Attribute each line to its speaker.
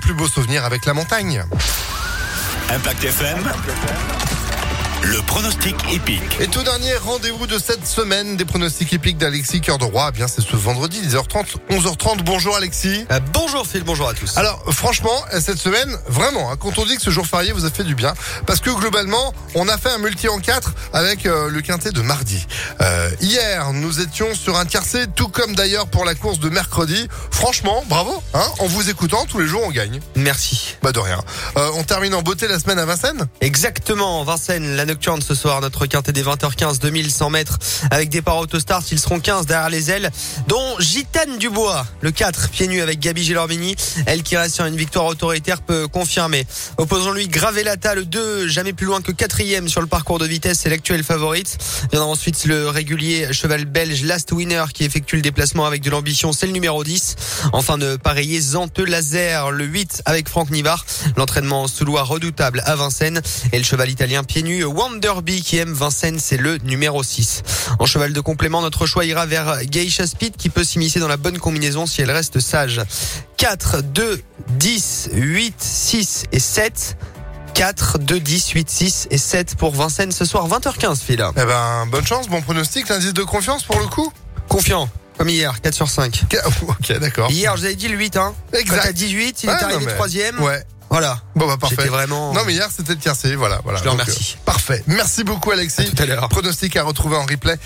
Speaker 1: plus beaux souvenirs avec la montagne.
Speaker 2: Impact FM, le pronostic épique.
Speaker 1: Et tout dernier rendez-vous de cette semaine des pronostics épiques d'Alexis Cœur de Roi. Eh bien, c'est ce vendredi 10h30, 11h30. Bonjour Alexis.
Speaker 3: Euh, Bonjour Phil, bonjour à tous.
Speaker 1: Alors franchement, cette semaine, vraiment, hein, quand on dit que ce jour férié vous a fait du bien, parce que globalement, on a fait un multi en 4 avec euh, le quintet de mardi. Euh, hier, nous étions sur un tiercé, tout comme d'ailleurs pour la course de mercredi. Franchement, bravo. Hein, en vous écoutant, tous les jours, on gagne.
Speaker 3: Merci.
Speaker 1: Bah de rien. Euh, on termine en beauté la semaine à Vincennes.
Speaker 3: Exactement, Vincennes, la nocturne ce soir, notre quintet des 20h15, 2100 mètres, avec départ Autostars, ils seront 15 derrière les ailes, dont Gitane Dubois, le 4, pieds nus avec Gabi Gélormini, elle qui reste sur une victoire autoritaire peut confirmer. Opposons-lui Gravelata, le 2, jamais plus loin que 4 sur le parcours de vitesse, c'est l'actuelle favorite. Viendra ensuite le régulier cheval belge Last Winner qui effectue le déplacement avec de l'ambition, c'est le numéro 10. Enfin de pareiller Zante Laser, le 8 avec Franck Nivard, l'entraînement sous loi redoutable à Vincennes et le cheval italien pieds nus Wanderby qui aime Vincennes, c'est le numéro 6. En cheval de complément, notre choix ira vers Geisha Speed qui peut s'immiscer dans la bonne combinaison si elle reste sage. 4, 2, 10, 8, 6 et 7. 4, 2, 10, 8, 6 et 7 pour Vincennes ce soir 20h15 Phil.
Speaker 1: Eh ben, bonne chance, bon pronostic, l'indice de confiance pour le coup.
Speaker 3: Confiant, comme hier, 4 sur 5.
Speaker 1: Ok, ok, d'accord.
Speaker 3: Hier, je vous avais dit le 8, hein.
Speaker 1: Exact.
Speaker 3: Quand à 18, il
Speaker 1: Ouais,
Speaker 3: est
Speaker 1: non,
Speaker 3: arrivé
Speaker 1: mais-
Speaker 3: troisième.
Speaker 1: Ouais.
Speaker 3: Voilà.
Speaker 1: Bon bah parfait.
Speaker 3: J'étais vraiment-
Speaker 1: Non mais hier c'était le tiercé, voilà, voilà.
Speaker 3: Je le
Speaker 1: Donc,
Speaker 3: remercie.
Speaker 1: euh, parfait. Merci beaucoup Alexis.
Speaker 3: À tout à l'heure.
Speaker 1: Pronostic à retrouver en replay